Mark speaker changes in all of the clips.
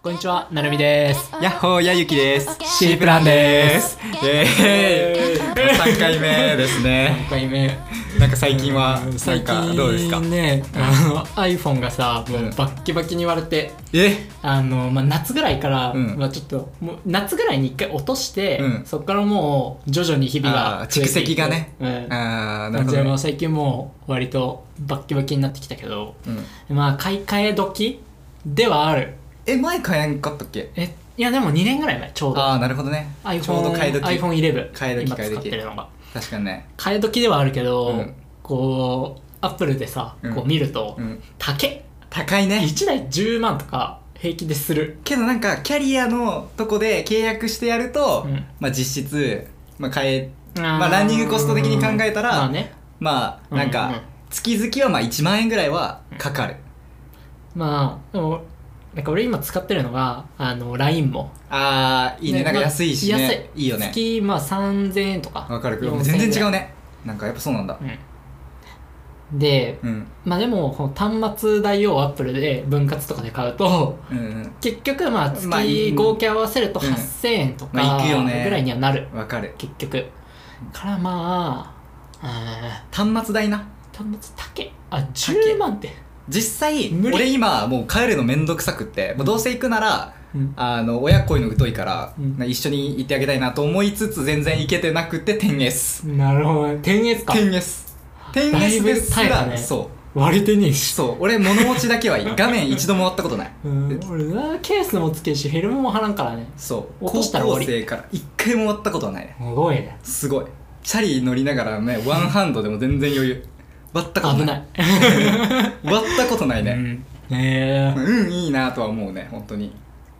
Speaker 1: こんにちは、なるみです。
Speaker 2: やっほーやゆきです。
Speaker 1: シープランです。
Speaker 2: えー、3回目ですね。
Speaker 1: 1回目。
Speaker 2: なんか最近は、なん
Speaker 1: 最
Speaker 2: か
Speaker 1: 近
Speaker 2: どうですか
Speaker 1: ね、あの iPhone がさ、もううんバッキバキに割れて、
Speaker 2: え
Speaker 1: あの、まあ、夏ぐらいから、
Speaker 2: うん
Speaker 1: まあ、ちょっと、もう夏ぐらいに一回落として、
Speaker 2: うん
Speaker 1: そこからもう徐々に日々
Speaker 2: あ
Speaker 1: が
Speaker 2: ー蓄積がね
Speaker 1: 増えていくうん。
Speaker 2: あー、なる
Speaker 1: 感
Speaker 2: ほ
Speaker 1: じで
Speaker 2: ど、
Speaker 1: も
Speaker 2: ね
Speaker 1: う。最近もう割とバッキバキになってきたけど、
Speaker 2: うん
Speaker 1: まあ、買い替え時ではある。
Speaker 2: え、前買えんかったっけ
Speaker 1: え、いやでも2年ぐらい前、ちょうど。
Speaker 2: あー、なるほどね。
Speaker 1: iPhone
Speaker 2: ちょうど買い時。
Speaker 1: iPhone11
Speaker 2: 買い時
Speaker 1: 今
Speaker 2: 買い時
Speaker 1: 使ってるのが
Speaker 2: 確かにね。
Speaker 1: 替え時ではあるけど、
Speaker 2: うん
Speaker 1: こうアップルでさ、
Speaker 2: うん
Speaker 1: こう見ると、
Speaker 2: うん。
Speaker 1: 高え
Speaker 2: 高いね。
Speaker 1: 1台10万とか平気でする
Speaker 2: けどなんか、キャリアのとこで契約してやると、
Speaker 1: うん
Speaker 2: まあ実質、まあ買え、
Speaker 1: ま
Speaker 2: あランニングコスト的に考えたら
Speaker 1: まあね
Speaker 2: まあなん
Speaker 1: うんうん
Speaker 2: か、月々はまあ1万円ぐらいはかかる。
Speaker 1: まあでもなんか俺今使ってるのがあの LINE も
Speaker 2: あー、いいね。なんか安いし
Speaker 1: まあ
Speaker 2: ね。
Speaker 1: 安
Speaker 2: いいよね。
Speaker 1: 月まあ3000円とか
Speaker 2: わかる
Speaker 1: 4000円
Speaker 2: 全然違う
Speaker 1: ね、
Speaker 2: ねなんかやっぱそうなんだ
Speaker 1: うんで
Speaker 2: うん
Speaker 1: まあでもこの端末代をアップルで分割とかで買うと
Speaker 2: うんうん
Speaker 1: 結局まあ
Speaker 2: まあい
Speaker 1: 月
Speaker 2: い
Speaker 1: 合計合わせると
Speaker 2: うん
Speaker 1: 8000円と
Speaker 2: ま
Speaker 1: か
Speaker 2: あいくよね
Speaker 1: ぐらいにはなる、
Speaker 2: わかる
Speaker 1: 結局からまあ
Speaker 2: 端末代な
Speaker 1: うん端末竹あ10万って、
Speaker 2: 実際
Speaker 1: 無理
Speaker 2: 俺今もう帰るのめんどくさくって、もうどうせ行くなら
Speaker 1: うん
Speaker 2: あの親子の疎いから、
Speaker 1: うん
Speaker 2: 一緒に行ってあげたいなと思いつつ全然行けてなくて天 S
Speaker 1: なるほどね天越か
Speaker 2: 天 S 天
Speaker 1: だい
Speaker 2: S
Speaker 1: ぶ
Speaker 2: です
Speaker 1: 耐え
Speaker 2: ら、
Speaker 1: たね
Speaker 2: そ
Speaker 1: 割れてねえ
Speaker 2: う
Speaker 1: し
Speaker 2: そう俺物持ちだけはいい画面一度も割ったことない
Speaker 1: うん俺なケースもつけるしフィルムも貼らんからね
Speaker 2: そう
Speaker 1: 落と
Speaker 2: 高
Speaker 1: したら終わ
Speaker 2: 校
Speaker 1: り
Speaker 2: 生から一回も割ったことはないね
Speaker 1: すごいね
Speaker 2: すごいチャリ乗りながらねワンハンドでも全然余裕割ったこと
Speaker 1: 危
Speaker 2: な
Speaker 1: ないい
Speaker 2: 割ったことないね、
Speaker 1: うんねえ
Speaker 2: うんいいなとは思うね本当に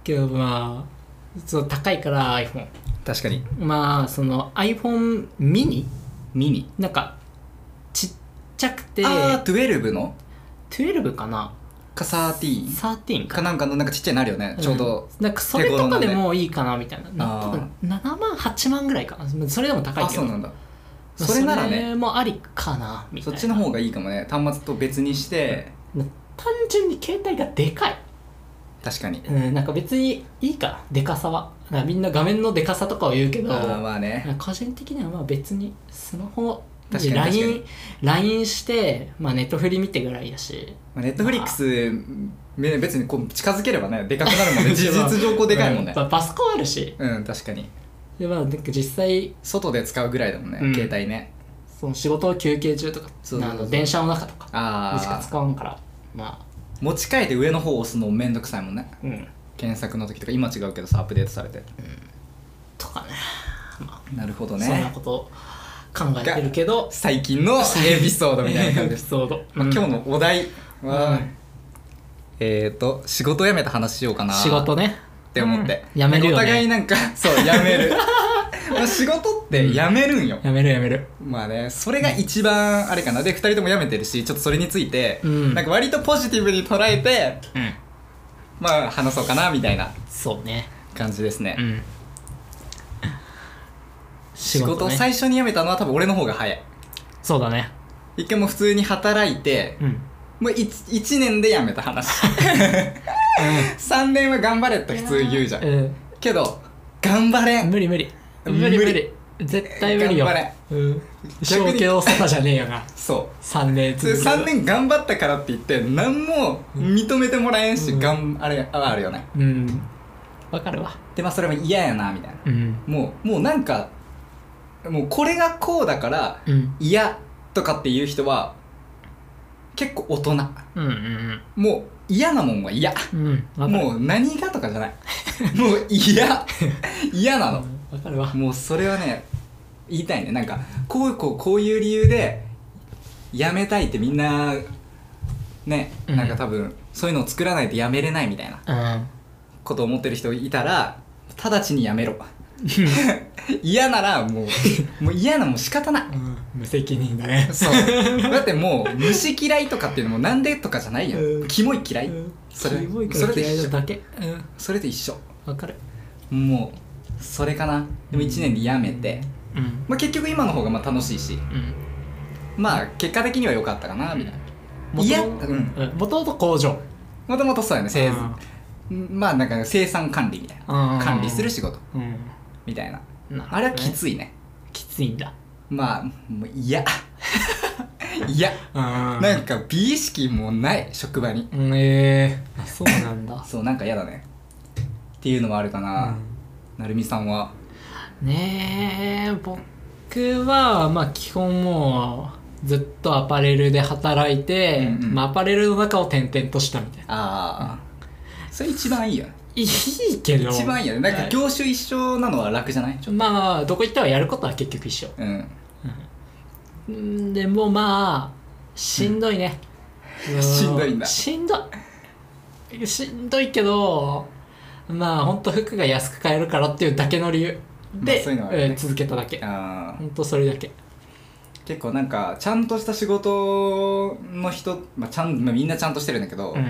Speaker 1: けどまあそう高いから iPhone
Speaker 2: 確かに
Speaker 1: まあその iPhone ミニ
Speaker 2: ミニ
Speaker 1: なんかちっちゃくて
Speaker 2: ああ12の
Speaker 1: 12かな
Speaker 2: か13
Speaker 1: 13か
Speaker 2: かなんかのなんかちっちゃいのあるよね、ちょうど
Speaker 1: んなんかそれとかでもいいかなみたいな
Speaker 2: あー
Speaker 1: 多分7万8万ぐらいかなそれでも高い
Speaker 2: あ
Speaker 1: け
Speaker 2: そ
Speaker 1: ど
Speaker 2: うなんだそれなら
Speaker 1: そ
Speaker 2: ね
Speaker 1: れもありかなみた
Speaker 2: そ
Speaker 1: い
Speaker 2: っ
Speaker 1: な
Speaker 2: ちの方がいいかもね端末と別にして
Speaker 1: 単純に携帯がでかい、
Speaker 2: 確かに
Speaker 1: うん、なんか別にいいからでかさはなんかみんな画面のでかさとかを言うけど
Speaker 2: あーまあね
Speaker 1: 個人的にはまあ別にスマホ
Speaker 2: 確かに確かに
Speaker 1: LINE LINE して、まあ、ネットフリ見てぐらいだし
Speaker 2: ネットフリックス別にこう近づければねでかくなるもん ね事実上こうでかいもんね
Speaker 1: まあパソコンあるし
Speaker 2: うん確かに
Speaker 1: で、まあ、なんか実際
Speaker 2: 外で使うぐらいだもんね、
Speaker 1: うん
Speaker 2: 携帯ね
Speaker 1: その仕事を休憩中とか
Speaker 2: そうそうそう
Speaker 1: あの電車の中とかでしか
Speaker 2: ああ
Speaker 1: 使わんからまあ
Speaker 2: 持ち替えて上の方を押すのめんどくさいもんね
Speaker 1: うん
Speaker 2: 検索の時とか今違うけどさアップデートされて
Speaker 1: とかね
Speaker 2: なるほど
Speaker 1: そんな
Speaker 2: ね
Speaker 1: ことを考えてるけど
Speaker 2: 最近のエピソードみたいな感 じ
Speaker 1: エ
Speaker 2: で
Speaker 1: ピ
Speaker 2: す
Speaker 1: ソード、
Speaker 2: まあ
Speaker 1: うん
Speaker 2: 今日のお題は、
Speaker 1: うん
Speaker 2: えっ、ー、と仕事を辞めた話しようかな
Speaker 1: 仕事ね
Speaker 2: って思って、
Speaker 1: うん辞めるよね
Speaker 2: お互いな んかそう辞めるまあ仕事って辞めるんよ、
Speaker 1: やめるやめる
Speaker 2: まあねそれが一番あれかなで2人とも辞めてるしちょっとそれについて、
Speaker 1: うん
Speaker 2: なんか割とポジティブに捉えて
Speaker 1: うん
Speaker 2: まあ話そうかなみたいな
Speaker 1: そうね
Speaker 2: 感じですね、
Speaker 1: うん
Speaker 2: 仕
Speaker 1: 仕
Speaker 2: 事を
Speaker 1: ね
Speaker 2: 最初に辞めたのは多分俺の方が早い
Speaker 1: そうだね
Speaker 2: 一回もう普通に働いて、
Speaker 1: うん
Speaker 2: もう 1, 一年で辞めた話3年は頑張れって普通言うじゃん
Speaker 1: うん
Speaker 2: けど頑張れん
Speaker 1: 無理無理無
Speaker 2: 無
Speaker 1: 理
Speaker 2: 理
Speaker 1: 無理絶対無理よ
Speaker 2: 頑張れ
Speaker 1: うん正気をさたじゃねえよな
Speaker 2: そ
Speaker 1: 3年
Speaker 2: うそれ
Speaker 1: 続けて
Speaker 2: 3年頑張ったからって言って何も認めてもらえんし、がんあれああるよね
Speaker 1: うんわかるわ
Speaker 2: でまあそれも嫌やなみたいな
Speaker 1: うん
Speaker 2: もうもうなんかもうこれがこうだから
Speaker 1: うん
Speaker 2: 嫌とかっていう人は結構大人
Speaker 1: うんうん
Speaker 2: もう嫌なもんは嫌
Speaker 1: うんわかる
Speaker 2: もう何がとかじゃない も う嫌嫌なの
Speaker 1: わかるわ
Speaker 2: もうそれはね言いたいねなんかこうこうこういう理由でやめたいってみんなね
Speaker 1: うん
Speaker 2: なんか多分そういうのを作らないとやめれないみたいな
Speaker 1: うん
Speaker 2: ことを思ってる人いたら直ちにや めろ嫌ならもうもう嫌なもう仕方ない
Speaker 1: うん無責任だね
Speaker 2: そう だってもう虫嫌いとかっていうのもなんでとかじゃないやん、
Speaker 1: うん
Speaker 2: キモい嫌い、それ
Speaker 1: キモいか
Speaker 2: そ
Speaker 1: ら
Speaker 2: れで
Speaker 1: 嫌い
Speaker 2: 一
Speaker 1: な
Speaker 2: 緒
Speaker 1: だけうん
Speaker 2: それと一緒
Speaker 1: わかる
Speaker 2: もうそれかなでも1年でやめて、
Speaker 1: うん
Speaker 2: まあ、結局今の方がまあ楽しい
Speaker 1: う
Speaker 2: し
Speaker 1: ん
Speaker 2: まあ結果的には良かったかなみたいな、いやうん
Speaker 1: もともと工場
Speaker 2: もともとそうやね製造んまあなんか生産管理みたい
Speaker 1: うん
Speaker 2: な管理する仕事
Speaker 1: うん
Speaker 2: みたいな
Speaker 1: なるほどね
Speaker 2: あれはきついね
Speaker 1: きついんだ
Speaker 2: まあもう 嫌嫌
Speaker 1: うん
Speaker 2: なんか美意識もない職場に
Speaker 1: うんえー、あそうなんだ
Speaker 2: そうなんか嫌だねっていうのはあるかな、なるみさんは
Speaker 1: ねえ僕はまあ基本もうずっとアパレルで働いて、
Speaker 2: うんうん
Speaker 1: まあ、アパレルの中を転々としたみたいな
Speaker 2: ああそれ一番いいよね
Speaker 1: いいけど
Speaker 2: 一番いいよねなん
Speaker 1: は
Speaker 2: か
Speaker 1: い
Speaker 2: 業種一緒なのは楽じゃないちょっ
Speaker 1: まあまあどこ行ってもやることは結局一緒
Speaker 2: とうん
Speaker 1: うんでもまあしんどいね、う
Speaker 2: しんどいんだ
Speaker 1: しんどいしんどいけどまあほんと服が安く買えるからっていうだけの理由
Speaker 2: ま
Speaker 1: で
Speaker 2: あ、そういうのはあるね
Speaker 1: うん続けただけ
Speaker 2: あー
Speaker 1: ほんとそれだけ
Speaker 2: 結構なんかちゃんとした仕事の人、まあ、ちゃんまあみんなちゃんとしてるんだけど、
Speaker 1: うん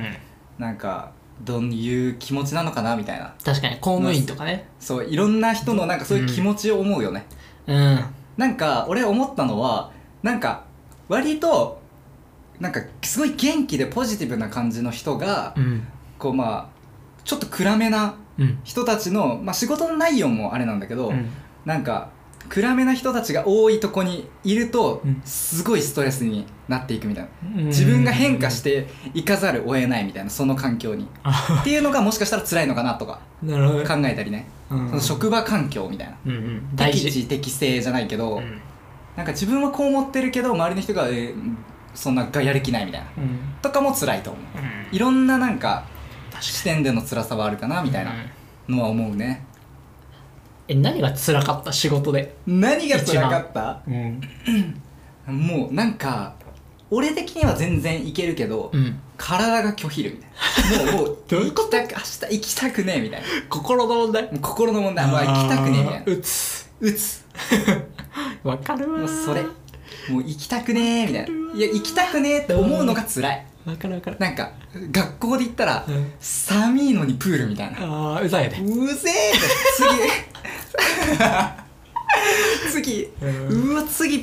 Speaker 2: なんかどういう気持ちなのかなみたいな
Speaker 1: 確かに公務員とかね
Speaker 2: そういろんな人のなんかそういう気持ちを思うよね、
Speaker 1: うん
Speaker 2: なんか俺思ったのはなんか割となんかすごい元気でポジティブな感じの人が、
Speaker 1: うん
Speaker 2: こうまあちょっと暗めな
Speaker 1: うん
Speaker 2: 人たちの、まあ、仕事の内容もあれなんだけど、
Speaker 1: うん
Speaker 2: なんか暗めな人たちが多いとこにいると、
Speaker 1: うん
Speaker 2: すごいストレスになっていくみたいな自分が変化していかざるを得ないみたいなその環境に
Speaker 1: あ
Speaker 2: っていうのがもしかしたら辛いのかなとか
Speaker 1: なるほど
Speaker 2: 考えたりね、
Speaker 1: うん
Speaker 2: その職場環境みたいな
Speaker 1: うんうん大
Speaker 2: 適
Speaker 1: 事
Speaker 2: 地適性じゃないけど、
Speaker 1: うん
Speaker 2: なんか自分はこう思ってるけど周りの人が、えーそんながやる気ないみたいな
Speaker 1: うんうん
Speaker 2: とかも辛いと思ういろんななんか
Speaker 1: 確かに
Speaker 2: 視点での辛さはあるかなみたいな
Speaker 1: うん
Speaker 2: のは思うね、
Speaker 1: え何が辛かった仕事で
Speaker 2: 何が辛かった
Speaker 1: うん
Speaker 2: もうなんか俺的には全然いけるけど、
Speaker 1: うん
Speaker 2: 体が拒否るみた いなもうもう
Speaker 1: どういう
Speaker 2: 行きたく明日行きたくねえみたいな
Speaker 1: 心の問題
Speaker 2: もう心の問題もう行きたくねえみたいな
Speaker 1: うつ
Speaker 2: うつ
Speaker 1: わかるわ
Speaker 2: もうそれ
Speaker 1: わ
Speaker 2: もう行きたくねえみたいないや行きたくねえって思うのが辛い
Speaker 1: かるわかる
Speaker 2: なんか学校で行ったら、
Speaker 1: うん
Speaker 2: 寒いのにプールみたいな
Speaker 1: ああうざいね
Speaker 2: うぜえって 次次
Speaker 1: うん
Speaker 2: うわ次泳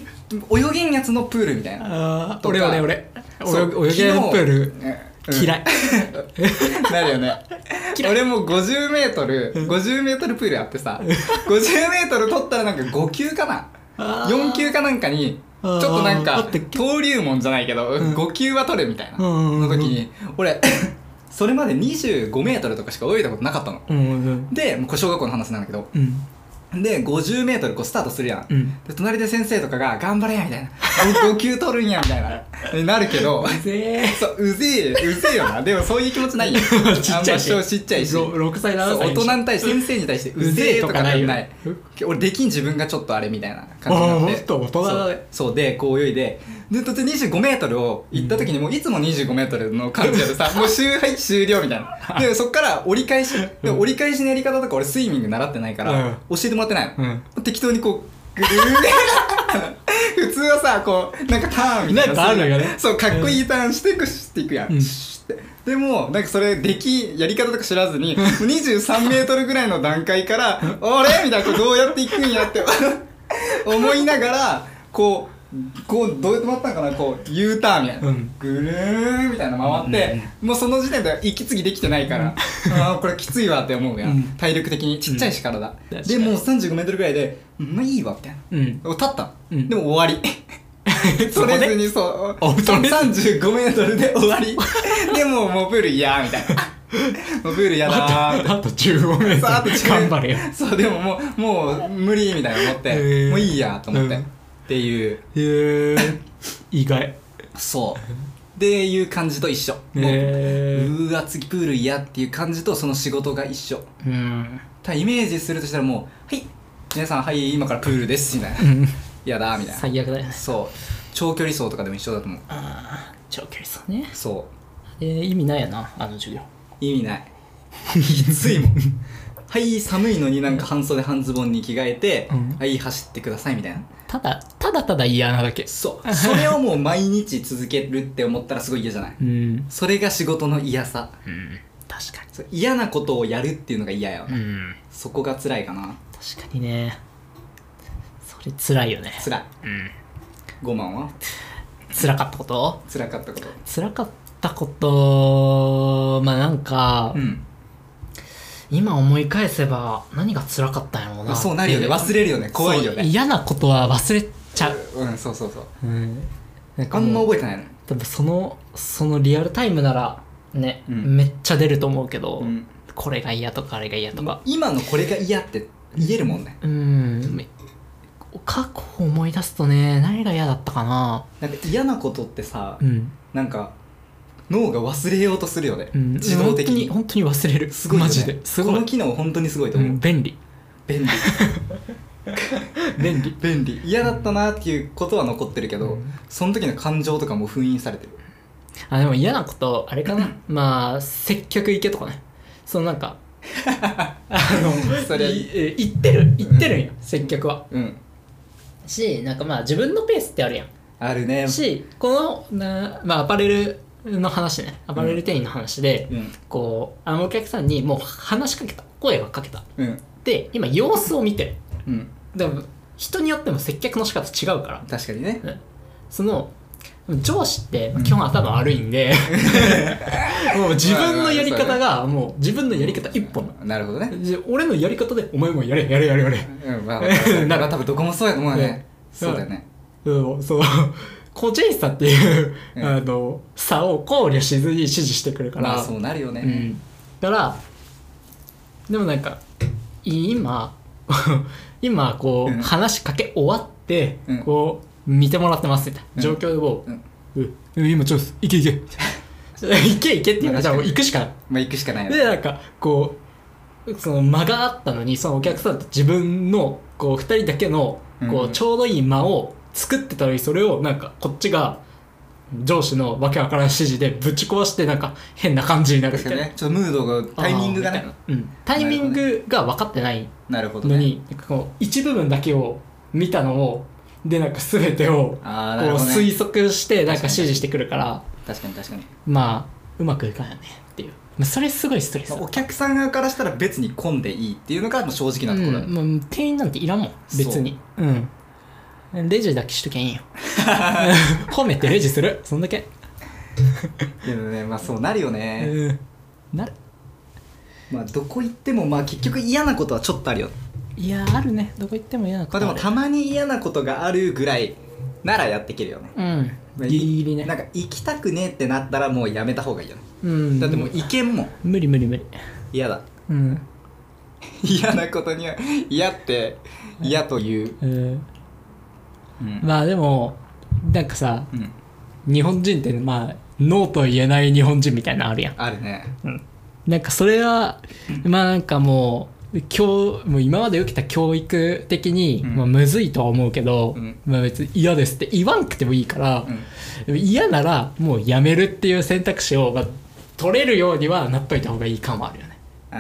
Speaker 2: げんやつのプールみたいな
Speaker 1: ああ
Speaker 2: とか
Speaker 1: 俺はね俺
Speaker 2: そう
Speaker 1: 泳ぎ泳げるプール
Speaker 2: 昨日うん
Speaker 1: 嫌い
Speaker 2: なるよね俺も 50m50m プールあっ てさ 50m 取ったらなんか5級かな
Speaker 1: あー
Speaker 2: 4級かなんかにち
Speaker 1: あ
Speaker 2: ょ
Speaker 1: ー
Speaker 2: っとなん
Speaker 1: あ
Speaker 2: か
Speaker 1: ったっけ
Speaker 2: 登竜門じゃないけど、5級は取れみたい
Speaker 1: う
Speaker 2: な
Speaker 1: んうんう
Speaker 2: の
Speaker 1: ん
Speaker 2: 時に俺 それまで 25m とかしか泳いだことなかったの
Speaker 1: うんうん
Speaker 2: でもうこれ小学校の話なんだけど
Speaker 1: うん
Speaker 2: で 50m こうスタートするやん、
Speaker 1: うん
Speaker 2: で隣で先生とかが「頑張れや」みたいな「5級取るんや」みたいなになる けど
Speaker 1: うぜえ
Speaker 2: そう、うぜえ、うぜえ よな。でもそういう気持ちないよ。
Speaker 1: ちっちゃいし
Speaker 2: あんまそうちっちゃいし。
Speaker 1: ろ6歳
Speaker 2: そ
Speaker 1: 7
Speaker 2: う
Speaker 1: 歳
Speaker 2: 大
Speaker 1: にして
Speaker 2: 人に対して、先生に対して、
Speaker 1: う
Speaker 2: う
Speaker 1: ぜえ
Speaker 2: ぜえとかな
Speaker 1: とかない
Speaker 2: い
Speaker 1: よ
Speaker 2: ない。俺、できん自分がちょっとあれみたいな感じになって。
Speaker 1: あーほんと大人だね
Speaker 2: そう。そうで、こう泳いで、で、途中25メートルを行った時に、もういつも25メートルの感じやでさ、もう周回終了みたい な。で、そっから折り返し、で折り返しのやり方とか俺スイミング習ってないから、教えてもらってない
Speaker 1: う
Speaker 2: の。
Speaker 1: ん
Speaker 2: 適当にこう、 ぐるー普通はさ、こう、なんかターンみたい
Speaker 1: な
Speaker 2: な。
Speaker 1: んかあるよね
Speaker 2: そう、かっこいいターンしていく、していくやん。
Speaker 1: うん
Speaker 2: シュッてでも、なんかそれ、でき、やり方とか知らずに、23メートルぐらいの段階から、あれみたいな、これどうやっていくんやって思いながら、こう、こう、どうやって回ったんかな、こう、U ターンみたいな。
Speaker 1: うん
Speaker 2: ぐるーんみたいな回って、もうその時点で息継ぎできてないから、ああ、これきついわって思うやん。
Speaker 1: うん
Speaker 2: 体力的に。ちっちゃいし体。
Speaker 1: 確か
Speaker 2: で
Speaker 1: に
Speaker 2: もう35メートルぐらいで、まあいいわ、みたいな。
Speaker 1: うん
Speaker 2: 立った、
Speaker 1: うん
Speaker 2: でも終わり
Speaker 1: そこ
Speaker 2: 取れず
Speaker 1: で
Speaker 2: に そう
Speaker 1: あ取れず
Speaker 2: 35メートルで終わりでもうもうプール嫌みたいなもうプール嫌だーみたいな
Speaker 1: あと15メー
Speaker 2: さああ
Speaker 1: ト
Speaker 2: と
Speaker 1: ル
Speaker 2: 10
Speaker 1: 頑張れよ
Speaker 2: そうでももうもう無理みたいな思って、
Speaker 1: へー
Speaker 2: もういいやと思って、
Speaker 1: うん
Speaker 2: っていう
Speaker 1: へえ意外
Speaker 2: そうっていう感じと一緒、もう
Speaker 1: へ
Speaker 2: うーわ次プール嫌っていう感じとその仕事が一緒
Speaker 1: うん
Speaker 2: ただイメージするとしたらもう「はい皆さんはい今からプールです」みたいな「嫌だ」みたいな
Speaker 1: 最悪だよね
Speaker 2: そう長距離走とかでも一緒だと思う
Speaker 1: ああ長距離走ね
Speaker 2: そ
Speaker 1: え
Speaker 2: う
Speaker 1: ー、意味ないやなあの授業
Speaker 2: 意味ないきついもんはい寒いのになんか半袖半ズボンに着替えて、
Speaker 1: うん
Speaker 2: はい走ってくださいみたいな
Speaker 1: ただただただ嫌なだけ
Speaker 2: そ うそれをもう毎日続けるって思ったらすごい嫌じゃない
Speaker 1: うん、
Speaker 2: それが仕事の嫌さ
Speaker 1: うん、確か
Speaker 2: そう嫌なことをやるっていうのが嫌よ、
Speaker 1: にうん
Speaker 2: そこが辛いかな
Speaker 1: 確かにねそれ辛いよね
Speaker 2: 辛い
Speaker 1: うん
Speaker 2: ごまんは
Speaker 1: 辛かったこと
Speaker 2: 辛かったこと
Speaker 1: 辛かったことまあなんか、
Speaker 2: うん
Speaker 1: 今思い返せば何が辛かったんやろうな
Speaker 2: そうなるよね忘れるよね怖い
Speaker 1: そ
Speaker 2: よ
Speaker 1: う
Speaker 2: ね
Speaker 1: 嫌なことは忘れちゃう、
Speaker 2: うんそうそうそう
Speaker 1: うん、なんか
Speaker 2: あんま
Speaker 1: もう
Speaker 2: 覚えてないの
Speaker 1: 多分そのそのリアルタイムならね、
Speaker 2: うん
Speaker 1: めっちゃ出ると思うけど、
Speaker 2: うん
Speaker 1: これが嫌とかあれが嫌とか
Speaker 2: 今のこれが嫌って言えるもんね
Speaker 1: うんめ過去を思い出すとね何が嫌だったかな
Speaker 2: なんか嫌なことってさ
Speaker 1: うん、
Speaker 2: なんか脳が忘れようとするよね
Speaker 1: うん、
Speaker 2: 自動的に
Speaker 1: 本当に本当に忘れる
Speaker 2: すごいよ
Speaker 1: マ
Speaker 2: ね
Speaker 1: ジですご
Speaker 2: こ
Speaker 1: い
Speaker 2: の機能本当にすごいと
Speaker 1: う
Speaker 2: 思うん
Speaker 1: 便利
Speaker 2: 便利
Speaker 1: 便利
Speaker 2: 便利嫌だったなっていうことは残ってるけ
Speaker 1: う
Speaker 2: ど、
Speaker 1: ん
Speaker 2: その時の感情とかも封印されてる
Speaker 1: あでも嫌なことあれかなまあ接客行けとかねそのなん かあの
Speaker 2: それ
Speaker 1: いえ行ってる行ってるんよ、接客は
Speaker 2: うん
Speaker 1: しなんかまあ自分のペースってあるやん
Speaker 2: あるね
Speaker 1: しこのな、まあ、アパレルの話ねアパレル店員の話で、
Speaker 2: うん
Speaker 1: こうあのお客さんにもう話しかけた声がかけた
Speaker 2: うん
Speaker 1: で今様子を見てる
Speaker 2: うん
Speaker 1: でも人によっても接客の仕方違うから
Speaker 2: 確かにね
Speaker 1: その上司って基本頭悪いん で、もう自分のやり方がもう自分のやり方一本な
Speaker 2: なるほどね
Speaker 1: のじゃあ俺のやり方でお前もやれやれやれやれ
Speaker 2: う んまあなんか多分どこもそうやと思うね
Speaker 1: ね
Speaker 2: そうだよね
Speaker 1: そうそう個人差っていう、
Speaker 2: うん
Speaker 1: あの差を考慮しずに指示してくるから、
Speaker 2: まあそうなるよ
Speaker 1: う
Speaker 2: ね
Speaker 1: ん、だからでもなんか今 今こう、
Speaker 2: うん
Speaker 1: 話しかけ終わって、
Speaker 2: うん
Speaker 1: こう見てもらってますみたい
Speaker 2: うん
Speaker 1: な状況でもう、
Speaker 2: うん
Speaker 1: うんうん今ちょっと行け行け行け行 けっていう
Speaker 2: ま
Speaker 1: か
Speaker 2: あ
Speaker 1: じゃあもう
Speaker 2: 確
Speaker 1: 行
Speaker 2: かに
Speaker 1: くしかない
Speaker 2: まあ行くしかないよね
Speaker 1: でなんかこうその間があったのにそのお客さんと自分のこう2人だけのこ
Speaker 2: う
Speaker 1: う
Speaker 2: ん
Speaker 1: ちょうどいい間を作ってたのにそれをなんかこっちが上司のわけわからん指示でぶち壊してなんか変な感じになるみたい
Speaker 2: 確かに
Speaker 1: な
Speaker 2: ねちょっとムードがタイミングが
Speaker 1: あー
Speaker 2: ね
Speaker 1: みたいなうんタイミングが分かってない
Speaker 2: なるほど
Speaker 1: の
Speaker 2: ね
Speaker 1: になんかこう一部分だけを見たのをでなんか全てを
Speaker 2: あ
Speaker 1: こ
Speaker 2: あ
Speaker 1: う
Speaker 2: なるほど
Speaker 1: 推
Speaker 2: ね
Speaker 1: 測してなんか
Speaker 2: 確か
Speaker 1: 指
Speaker 2: に
Speaker 1: 示してくるから。
Speaker 2: 確かに確かに
Speaker 1: まあうまくいかんよねっていう、まあ、それすごいストレス
Speaker 2: まあ
Speaker 1: だ
Speaker 2: お客さん側からしたら別に混んでいいっていうのがまあ正直なところだ
Speaker 1: うん、もう店員なんていらんもん別にうんレジだけしとけん よ褒めてレジするそんだけ、
Speaker 2: でもねまあそうなるよね
Speaker 1: うんなる
Speaker 2: まあどこ行ってもまあ結局嫌なことはちょっとあるよ
Speaker 1: いやあるねどこ行っても嫌な
Speaker 2: ま
Speaker 1: こ
Speaker 2: あで
Speaker 1: と
Speaker 2: もたまに嫌なことがあるぐらいならやっていけるよね
Speaker 1: うんギリギリね
Speaker 2: なんか行きたくねえってなったらもうやめた方がいいよね
Speaker 1: うん
Speaker 2: だってもう行けんもん
Speaker 1: 無理無理無理
Speaker 2: 嫌だ
Speaker 1: うん、
Speaker 2: 嫌なことには嫌って嫌という
Speaker 1: うん、
Speaker 2: うん、
Speaker 1: まあでもなんかさ
Speaker 2: うん、
Speaker 1: 日本人ってまあノーと言えない日本人みたいなのあるやん
Speaker 2: あるね
Speaker 1: なんかそれはまあなんかもう教もう今まで受けた教育的に、
Speaker 2: うん
Speaker 1: まあ、むずいとは思うけど、
Speaker 2: うん
Speaker 1: まあ、別に嫌ですって言わんくてもいいから
Speaker 2: う、ん
Speaker 1: でも嫌ならもうやめるっていう選択肢を、まあ、取れるようにはなっといた方がいい感はあるよね
Speaker 2: あ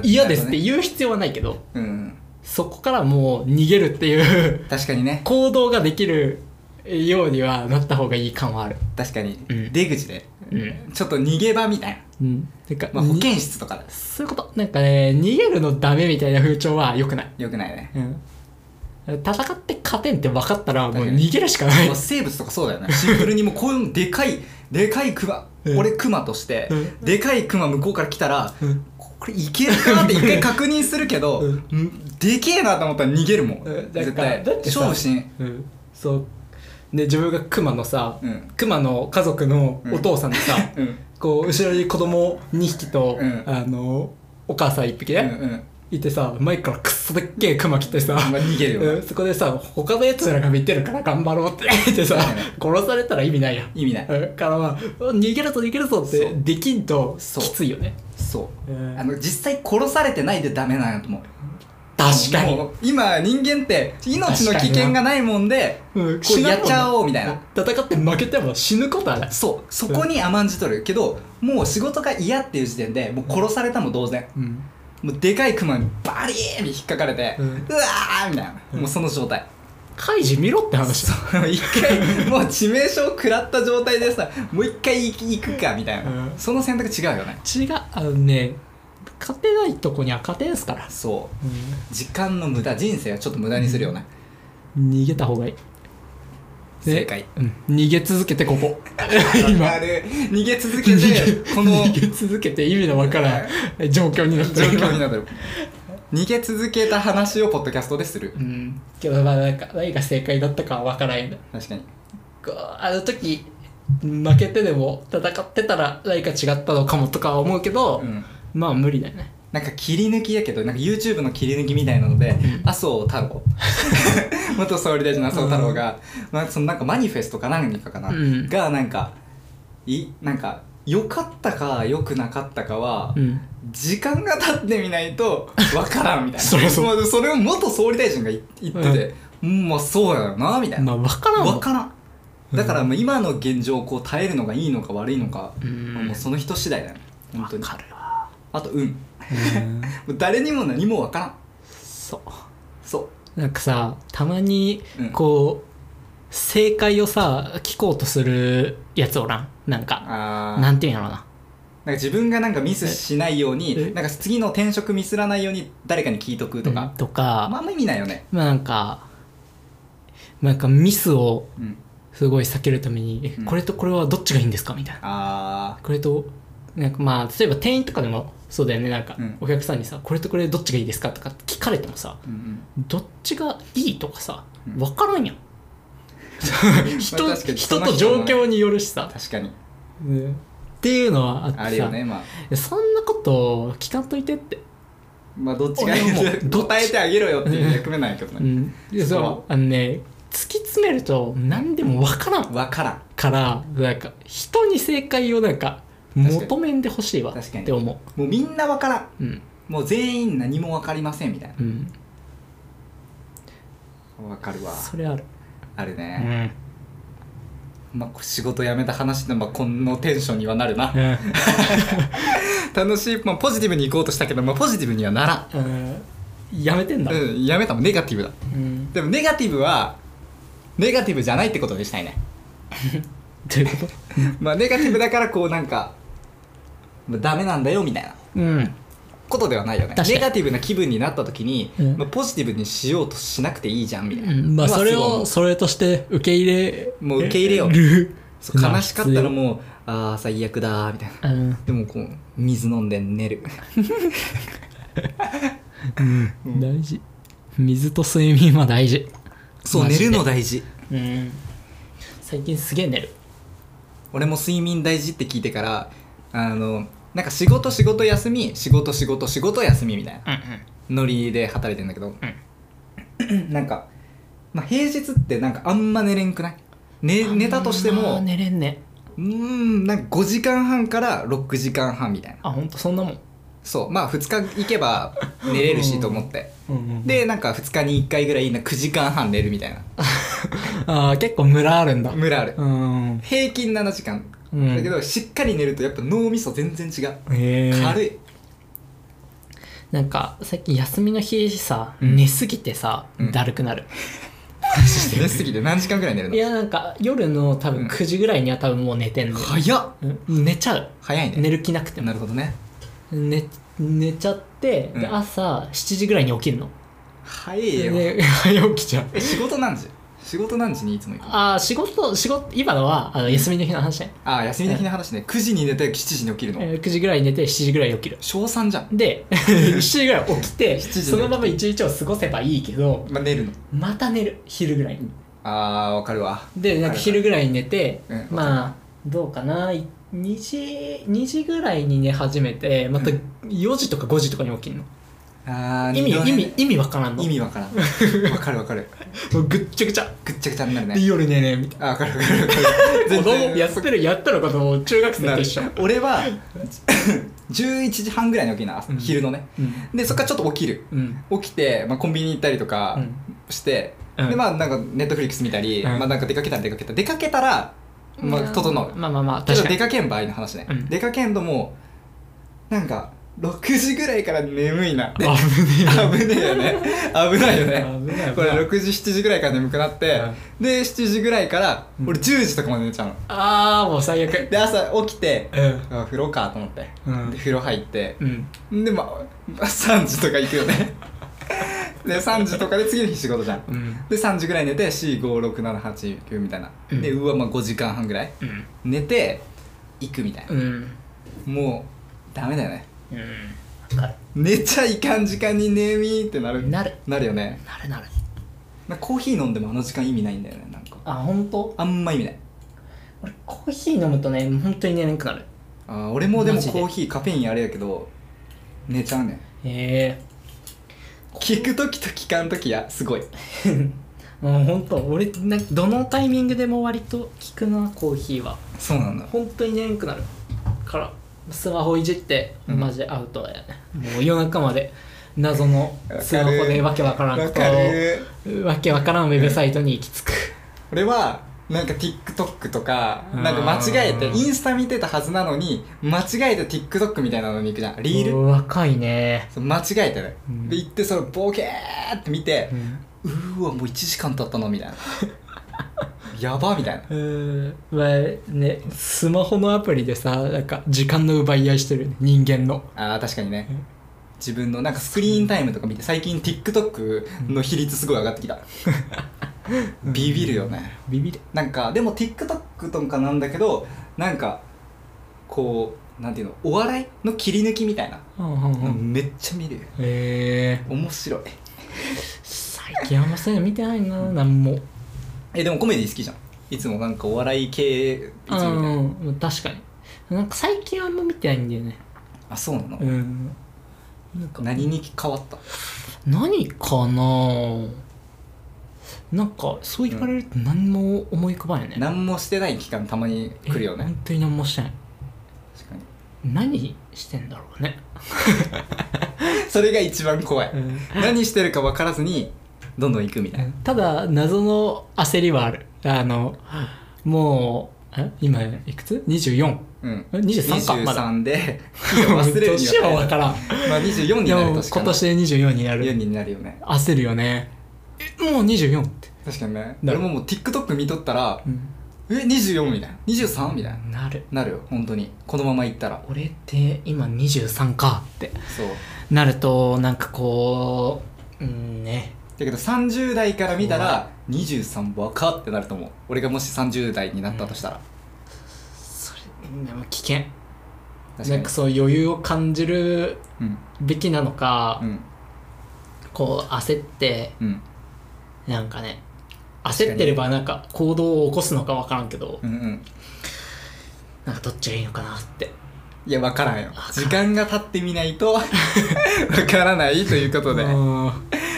Speaker 2: ー
Speaker 1: で嫌ですって
Speaker 2: なる
Speaker 1: 言う必要はないけど
Speaker 2: ほどねうん
Speaker 1: そこからもう逃げるっていう
Speaker 2: 確かにね
Speaker 1: 行動ができるようにはなった方がいい感はある
Speaker 2: 確かに
Speaker 1: うん
Speaker 2: 出口で
Speaker 1: うん、
Speaker 2: ちょっと逃げ場みたいな、
Speaker 1: うん、てか、
Speaker 2: まあ、保健室とかだ
Speaker 1: そういうことなんかね逃げるのダメみたいな風潮は良くない
Speaker 2: よくないね
Speaker 1: うん戦って勝てんって分かったらもう
Speaker 2: 確かに
Speaker 1: 逃げるしかない
Speaker 2: まあ生物とかそうだよねシンプルにもうこう いうでかいでかいクマ、
Speaker 1: うん
Speaker 2: 俺クマとして、
Speaker 1: うん
Speaker 2: でかいクマ向こうから来たら、
Speaker 1: うん
Speaker 2: これいけるかって一回確認するけど、
Speaker 1: うん
Speaker 2: んでけえなと思ったら逃げるもん、
Speaker 1: うんだ
Speaker 2: 絶
Speaker 1: から
Speaker 2: 対
Speaker 1: だってさ
Speaker 2: 勝負しん
Speaker 1: うんそうで自分がクマのさ、
Speaker 2: うん
Speaker 1: クマの家族のお父さんでさ、
Speaker 2: うん
Speaker 1: こう後ろに子供2匹と、
Speaker 2: うん
Speaker 1: あのお母さん1匹
Speaker 2: う
Speaker 1: ね、
Speaker 2: んうん
Speaker 1: いてさ前からくっそでっけえクマ来てさ、
Speaker 2: まあ逃げるよ
Speaker 1: うんそこでさ他のやつらが見てるから頑張ろう って言ってさ殺されたら意味ないやん
Speaker 2: 意味ない
Speaker 1: うんからまあ逃げるぞ逃げるぞっ
Speaker 2: そ
Speaker 1: て
Speaker 2: う
Speaker 1: できんとき
Speaker 2: そう
Speaker 1: ついよね
Speaker 2: そう、
Speaker 1: うん
Speaker 2: あの実際殺されてないでダメなんやと思う
Speaker 1: 確かに
Speaker 2: もう今人間って命の危険がないもんで
Speaker 1: うん
Speaker 2: こうやっちゃおうみたいな
Speaker 1: 戦って負けても死ぬことはない
Speaker 2: そうそこに甘んじとるけどもう仕事が嫌っていう時点でもう殺されたも同然
Speaker 1: うん
Speaker 2: もうでかいクマにバリーンに引っかかれて、う
Speaker 1: うん
Speaker 2: わーみたいな、もうその状態
Speaker 1: カイジ見ろって話だ
Speaker 2: そう一回もう致命傷を食らった状態でさもう一回行き行くかみたいな、
Speaker 1: うん
Speaker 2: その選択違うよね
Speaker 1: 違うあのね勝てないとこには勝てんすから、
Speaker 2: そう時間の無駄人生はちょっと無駄にするよね、
Speaker 1: 逃げた方がいい
Speaker 2: 正解
Speaker 1: うん逃げ続けてこ こ今
Speaker 2: あれ逃げ続け
Speaker 1: 逃
Speaker 2: て
Speaker 1: げ
Speaker 2: こ の
Speaker 1: 逃げ続けて意味のわからん状況になって
Speaker 2: 状
Speaker 1: る
Speaker 2: 況になってる逃げ続けた話をポッドキャストでする
Speaker 1: うんけどまあなんか何が正解だったかはわからんよね
Speaker 2: 確かに
Speaker 1: こうあの時負けてでも戦ってたら何か違ったのかもとかは思うけど、
Speaker 2: うん
Speaker 1: まあ無理だよね
Speaker 2: なんか切り抜きやけどなんか YouTube の切り抜きみたいなので、麻生太郎 元総理大臣の麻生太郎が、まあ、そのなんかマニフェストか何かかな、
Speaker 1: うん
Speaker 2: がなんかいなんか良かったか良くなかったかは、
Speaker 1: うん
Speaker 2: 時間が経ってみないとわからんみた いな
Speaker 1: そりゃそう
Speaker 2: もそれを元総理大臣が言言ってて、うん、まあそうだよなみたい
Speaker 1: ま
Speaker 2: な、
Speaker 1: あわからんわ
Speaker 2: わからんだからまあ今の現状をこう耐えるのがいいのか悪いのか、
Speaker 1: うん
Speaker 2: もうその人次第だね本当に
Speaker 1: わかるわ
Speaker 2: あと運
Speaker 1: うん
Speaker 2: もう誰にも何もわからん
Speaker 1: そう
Speaker 2: そう
Speaker 1: なんかさたまに
Speaker 2: うん
Speaker 1: こう、正解をさ聞こうとするやつおらんなんか
Speaker 2: あーな
Speaker 1: なん
Speaker 2: か
Speaker 1: んていうんやろうな
Speaker 2: 自分がなんかミスしないよう
Speaker 1: え
Speaker 2: になんか次の転職ミスらないように誰かに聞いとくと
Speaker 1: うん
Speaker 2: か、
Speaker 1: とか、
Speaker 2: まああんま意味ないよね
Speaker 1: まあなんかなんかミスを
Speaker 2: うん
Speaker 1: すごい避けるために、
Speaker 2: うん
Speaker 1: これとこれはどっちがいいんですかみたいな
Speaker 2: あ
Speaker 1: これとなんかまあ例えば店員とかでもそうだよねなんか
Speaker 2: うん
Speaker 1: お客さんにさ、これとこれどっちがいいですかとか聞かれてもさ
Speaker 2: ー、うん
Speaker 1: どっちがいいとかさ
Speaker 2: うん
Speaker 1: 分からんやん、 人
Speaker 2: まあ確かに
Speaker 1: 人と状況によるし
Speaker 2: うん、
Speaker 1: さ、
Speaker 2: 確かに
Speaker 1: うんっていうのはあってさ
Speaker 2: あるよねまあ
Speaker 1: そんなこと聞かんといてって、
Speaker 2: まあどっちがいい
Speaker 1: 俺もどっち
Speaker 2: 答えてあげろよっていう役目なんやけど
Speaker 1: う
Speaker 2: ね
Speaker 1: ん、で
Speaker 2: そ
Speaker 1: そううあのね突き詰めると何でも分からん
Speaker 2: わからん
Speaker 1: からなんか人に正解をなんか
Speaker 2: 確かに
Speaker 1: 求めんでほしいわ
Speaker 2: 確かに
Speaker 1: って思
Speaker 2: もうみんなわからん
Speaker 1: ううん
Speaker 2: もう全員何もわかりませんみたい
Speaker 1: うん
Speaker 2: なわかるわ
Speaker 1: それある
Speaker 2: ある
Speaker 1: う
Speaker 2: ね、
Speaker 1: ん、
Speaker 2: まあ仕事辞めた話で、まあ、このテンションにはなるな
Speaker 1: うん
Speaker 2: 楽しい、まあ、ポジティブに行こうとしたけど、まあ、ポジティブにはならん
Speaker 1: うん、やめてんだ、
Speaker 2: うん、やめたもんネガティブだ
Speaker 1: うん、
Speaker 2: でもネガティブはネガティブじゃないってこと にしたいね
Speaker 1: どういうこと
Speaker 2: まあネガティブだからこうなんかまあダメなんだよみたいな
Speaker 1: うん
Speaker 2: ことではないよね
Speaker 1: 確かに
Speaker 2: ネガティブな気分になった時に、
Speaker 1: うん
Speaker 2: まあ、ポジティブにしようとしなくていいじゃんみたいな、
Speaker 1: まあ
Speaker 2: のは
Speaker 1: それ
Speaker 2: すごい思
Speaker 1: を
Speaker 2: う
Speaker 1: それとして受け入れ
Speaker 2: もう受け入れよう
Speaker 1: る
Speaker 2: そう悲しかったら
Speaker 1: ま
Speaker 2: もうああ最悪だーみたいな
Speaker 1: あうん
Speaker 2: でもこう水飲んで寝る
Speaker 1: 大事水と睡眠は大事
Speaker 2: そう
Speaker 1: マ
Speaker 2: 寝
Speaker 1: ジで
Speaker 2: るの大事
Speaker 1: うん最近すげえ寝る
Speaker 2: 俺も睡眠大事って聞いてからあのなんか仕事仕事休み仕事仕事仕事休みみたいな
Speaker 1: うん
Speaker 2: ノリで働いてんだけど、なんか、まあ、平日ってなんかあんま寝れんくない、ね、寝たとしても
Speaker 1: 寝れんね
Speaker 2: うーんなんか5時間半から6時間半みたいな
Speaker 1: あほんとそんなもん
Speaker 2: そうまあ2日行けば寝れるしと思ってでなんか2日に1回ぐらいな9時間半寝るみたいな
Speaker 1: あー結構ムラあるんだ
Speaker 2: ムラある
Speaker 1: うん
Speaker 2: 平均7時間
Speaker 1: うん
Speaker 2: だけどしっかり寝るとやっぱ脳みそ全然違う
Speaker 1: へー
Speaker 2: 軽い
Speaker 1: なんか最近休みの日さ、
Speaker 2: うん
Speaker 1: 寝すぎてさ、
Speaker 2: うん
Speaker 1: だるくなる
Speaker 2: 寝すぎて何時間ぐらい寝るの
Speaker 1: いやなんか夜の多
Speaker 2: うん
Speaker 1: 分9時ぐらいには多分もう寝てんの、
Speaker 2: 早っ
Speaker 1: うん寝ちゃう
Speaker 2: 早いね
Speaker 1: 寝る気なくても
Speaker 2: なるほどね
Speaker 1: 寝寝ちゃって、
Speaker 2: うん
Speaker 1: で朝7時ぐらいに起きるの
Speaker 2: 早いよ
Speaker 1: で早起きちゃう
Speaker 2: え仕事何時仕事何時にいつも行くの
Speaker 1: あー仕事仕事今のはあの休みの日の話ね、
Speaker 2: ああ休みの日の話ね9時に寝て7時に起きるの、
Speaker 1: えー9時ぐらいに寝て7時ぐらいに起きる
Speaker 2: 小3じゃん、
Speaker 1: で 7時ぐらい起きて
Speaker 2: 7時
Speaker 1: そのまま一日を過ごせばいいけど
Speaker 2: まあ、寝るの
Speaker 1: また寝る昼ぐらいに
Speaker 2: あーわかるわ
Speaker 1: でなんか昼ぐらいに寝て、
Speaker 2: うん
Speaker 1: まあどうかな2時2時ぐらいに寝始めてまた4時とか5時とかに起きんの、
Speaker 2: あー
Speaker 1: 意味
Speaker 2: 二
Speaker 1: 意
Speaker 2: 度寝ね
Speaker 1: 味意味わからんの
Speaker 2: 意味わからん わかるわかる
Speaker 1: もうぐっちゃぐちゃ
Speaker 2: ぐっちゃぐちゃになる
Speaker 1: で
Speaker 2: ね
Speaker 1: 夜寝ねえみたい
Speaker 2: あーわかるわかるわかる
Speaker 1: な子供や
Speaker 2: 全
Speaker 1: ってるやったのかと思う中学生
Speaker 2: 然
Speaker 1: と一緒
Speaker 2: なる俺は 11時半ぐらいに起きるの朝
Speaker 1: うん
Speaker 2: 昼のね
Speaker 1: うん
Speaker 2: でそっからちょっと起きる
Speaker 1: うん
Speaker 2: 起きて、まあ、コンビニ行ったりとか
Speaker 1: うん
Speaker 2: して、
Speaker 1: うん
Speaker 2: でまあなんかネットフリックス見たり、
Speaker 1: うん
Speaker 2: まあなんか出かけたら出かけた出かけたら、まあ、整う
Speaker 1: まあまあまあ
Speaker 2: け
Speaker 1: 確
Speaker 2: ど
Speaker 1: か
Speaker 2: 出
Speaker 1: に
Speaker 2: かけん場合の話ね、
Speaker 1: うん
Speaker 2: 出かけんともうなんか6時ぐらいから眠いなって 危ねえよね危ないよね
Speaker 1: 危ない
Speaker 2: これ6時7時ぐらいから眠くなって、で7時ぐらいから
Speaker 1: うん
Speaker 2: 俺10時とかまで寝ちゃうの
Speaker 1: ああもう最悪
Speaker 2: で朝起きて
Speaker 1: うん
Speaker 2: あ風呂かと思って、
Speaker 1: うん
Speaker 2: で風呂入って
Speaker 1: うん
Speaker 2: でまあ3時とか行くよねで3時とかで次の日仕事じゃん
Speaker 1: うん
Speaker 2: で3時ぐらい寝て456789みたいなで
Speaker 1: う
Speaker 2: うわまあ5時間半ぐらい
Speaker 1: うん
Speaker 2: 寝て行くみたいな
Speaker 1: うん
Speaker 2: もうダメだよね
Speaker 1: うんわか
Speaker 2: 寝ちゃいかん時間に寝みーってなる
Speaker 1: るなる
Speaker 2: なるよね
Speaker 1: なるなる
Speaker 2: なんかコーヒー飲んでもあの時間意味ないんだよねなんか
Speaker 1: あ本当
Speaker 2: あんま意味ない
Speaker 1: 俺コーヒー飲むとね本当に寝れなくなる
Speaker 2: あー俺もでも
Speaker 1: マジで
Speaker 2: コーヒーカフェインあれやけど寝ちゃうね
Speaker 1: へえ
Speaker 2: 聞く時と聞かん時やすごい
Speaker 1: もう本当俺なんかどのタイミングでも割と効くなコーヒーは
Speaker 2: そうなんだ
Speaker 1: 本当に寝れなくなるからスマホいじって
Speaker 2: うん
Speaker 1: マジアウトだよね、もう夜中まで謎のスマホでわけわからん
Speaker 2: わ
Speaker 1: こと
Speaker 2: かる
Speaker 1: をわけわからんウェブサイトに行き着く
Speaker 2: 俺はなんか TikTok とか
Speaker 1: うん
Speaker 2: なんか間違えてインスタ見てたはずなのに間違えて TikTok みたいなのに行くじゃんリール
Speaker 1: お若いね、
Speaker 2: そう間違えてる、
Speaker 1: うん
Speaker 2: で行ってそれボケーって見て
Speaker 1: う、ん
Speaker 2: うーわもう1時間経ったのみた いなやばみたいな
Speaker 1: うーんまあねスマホのアプリでさなんか時間の奪い合いしてるよね人間の
Speaker 2: あー確かにね
Speaker 1: うん
Speaker 2: 自分のなんかスクリーンタイムとか見て最近 TikTok の比率すごい上がって きたビビるよね
Speaker 1: ビビる
Speaker 2: なんかでも TikTok とかなんだけどなんかこうなんていうのお笑いの切り抜きみたいな、
Speaker 1: うんうんうん
Speaker 2: めっちゃ見る
Speaker 1: えー、
Speaker 2: 面白い
Speaker 1: 最近あんまそういうの見てないななんも
Speaker 2: えでもコメディ好きじゃんいつもなんかお笑い系いつもみたいな
Speaker 1: うん確かになんか最近あんま見てないんだよね
Speaker 2: あそうなの、
Speaker 1: うんなんか
Speaker 2: 何に変わった
Speaker 1: 何かななんかそう言われると何も思い浮かばんよね、
Speaker 2: 何もしてない期間たまに来るよ
Speaker 1: え
Speaker 2: ね
Speaker 1: 本当に何もしてない
Speaker 2: 確かに
Speaker 1: 何してんだろうね、
Speaker 2: それが一番怖い何してるか分からずにどんどん行くみたいな
Speaker 1: ただ謎の焦りはあるあのもうえ今いくつ ?24
Speaker 2: うん
Speaker 1: え23かまだ
Speaker 2: 23でいや忘れる に
Speaker 1: 年は
Speaker 2: は
Speaker 1: 分からん
Speaker 2: まあ24に
Speaker 1: で
Speaker 2: なる
Speaker 1: も
Speaker 2: 年か
Speaker 1: 今
Speaker 2: な
Speaker 1: 年で24にな
Speaker 2: 4
Speaker 1: る
Speaker 2: になるよね
Speaker 1: 焦るよねえもう24って、
Speaker 2: 確かにね
Speaker 1: な
Speaker 2: 俺
Speaker 1: る
Speaker 2: ももう TikTok 見とったらえ24みたいな23みたいな
Speaker 1: なる
Speaker 2: なるよ本当にこのまま行ったら
Speaker 1: 俺って今23かって
Speaker 2: そう
Speaker 1: なるとなんかこううんね
Speaker 2: だけど30代から見たら23若ってなると思う俺がもし30代になったとしたら、
Speaker 1: それでも危険
Speaker 2: 確か
Speaker 1: なん
Speaker 2: に
Speaker 1: かそう余裕を感じる
Speaker 2: うん
Speaker 1: べきなのか、
Speaker 2: うん
Speaker 1: こう焦って
Speaker 2: うん
Speaker 1: なんかね焦ってればなんか行動を起こすのか分からんけど、
Speaker 2: うんうん
Speaker 1: なんかどっちがいいのかなって
Speaker 2: いや分からんよ
Speaker 1: わからん
Speaker 2: 時間が経ってみない と分からないということで
Speaker 1: うん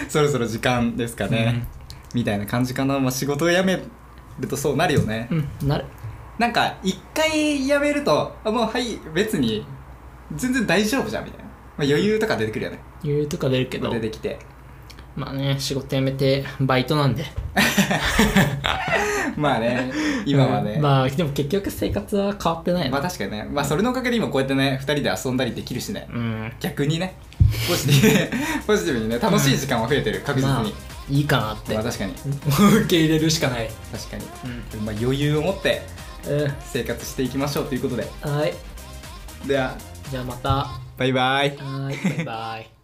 Speaker 2: そろそろ時間ですかね、みたいな感じかな、まあ、仕事を辞めるとそうなるよね、
Speaker 1: うんなる
Speaker 2: なんか一回辞めるとあもうはい別に全然大丈夫じゃんみたいな、まあ、余裕とか出てくるよね
Speaker 1: 余裕とか出るけど
Speaker 2: 出てきて
Speaker 1: まあね仕事辞めてバイトなんで
Speaker 2: まあね今はね、
Speaker 1: うんまあでも結局生活は変わってない
Speaker 2: まあ
Speaker 1: な
Speaker 2: 確かにね、まあ、それのおかげで今こうやってね2人で遊んだりできるしね
Speaker 1: うん
Speaker 2: 逆にねポジティブに ポジティブにね楽しい時間は増えてる確実に、
Speaker 1: ま
Speaker 2: ま
Speaker 1: あ
Speaker 2: あ、
Speaker 1: いいかなって、
Speaker 2: 確か に
Speaker 1: 受け入れるしかない
Speaker 2: 確かに、
Speaker 1: うん
Speaker 2: まあ、余裕を持って
Speaker 1: え
Speaker 2: 生活していきましょうということで
Speaker 1: ーはい
Speaker 2: では
Speaker 1: じゃあまたは
Speaker 2: バイバイ
Speaker 1: ーいバイバイ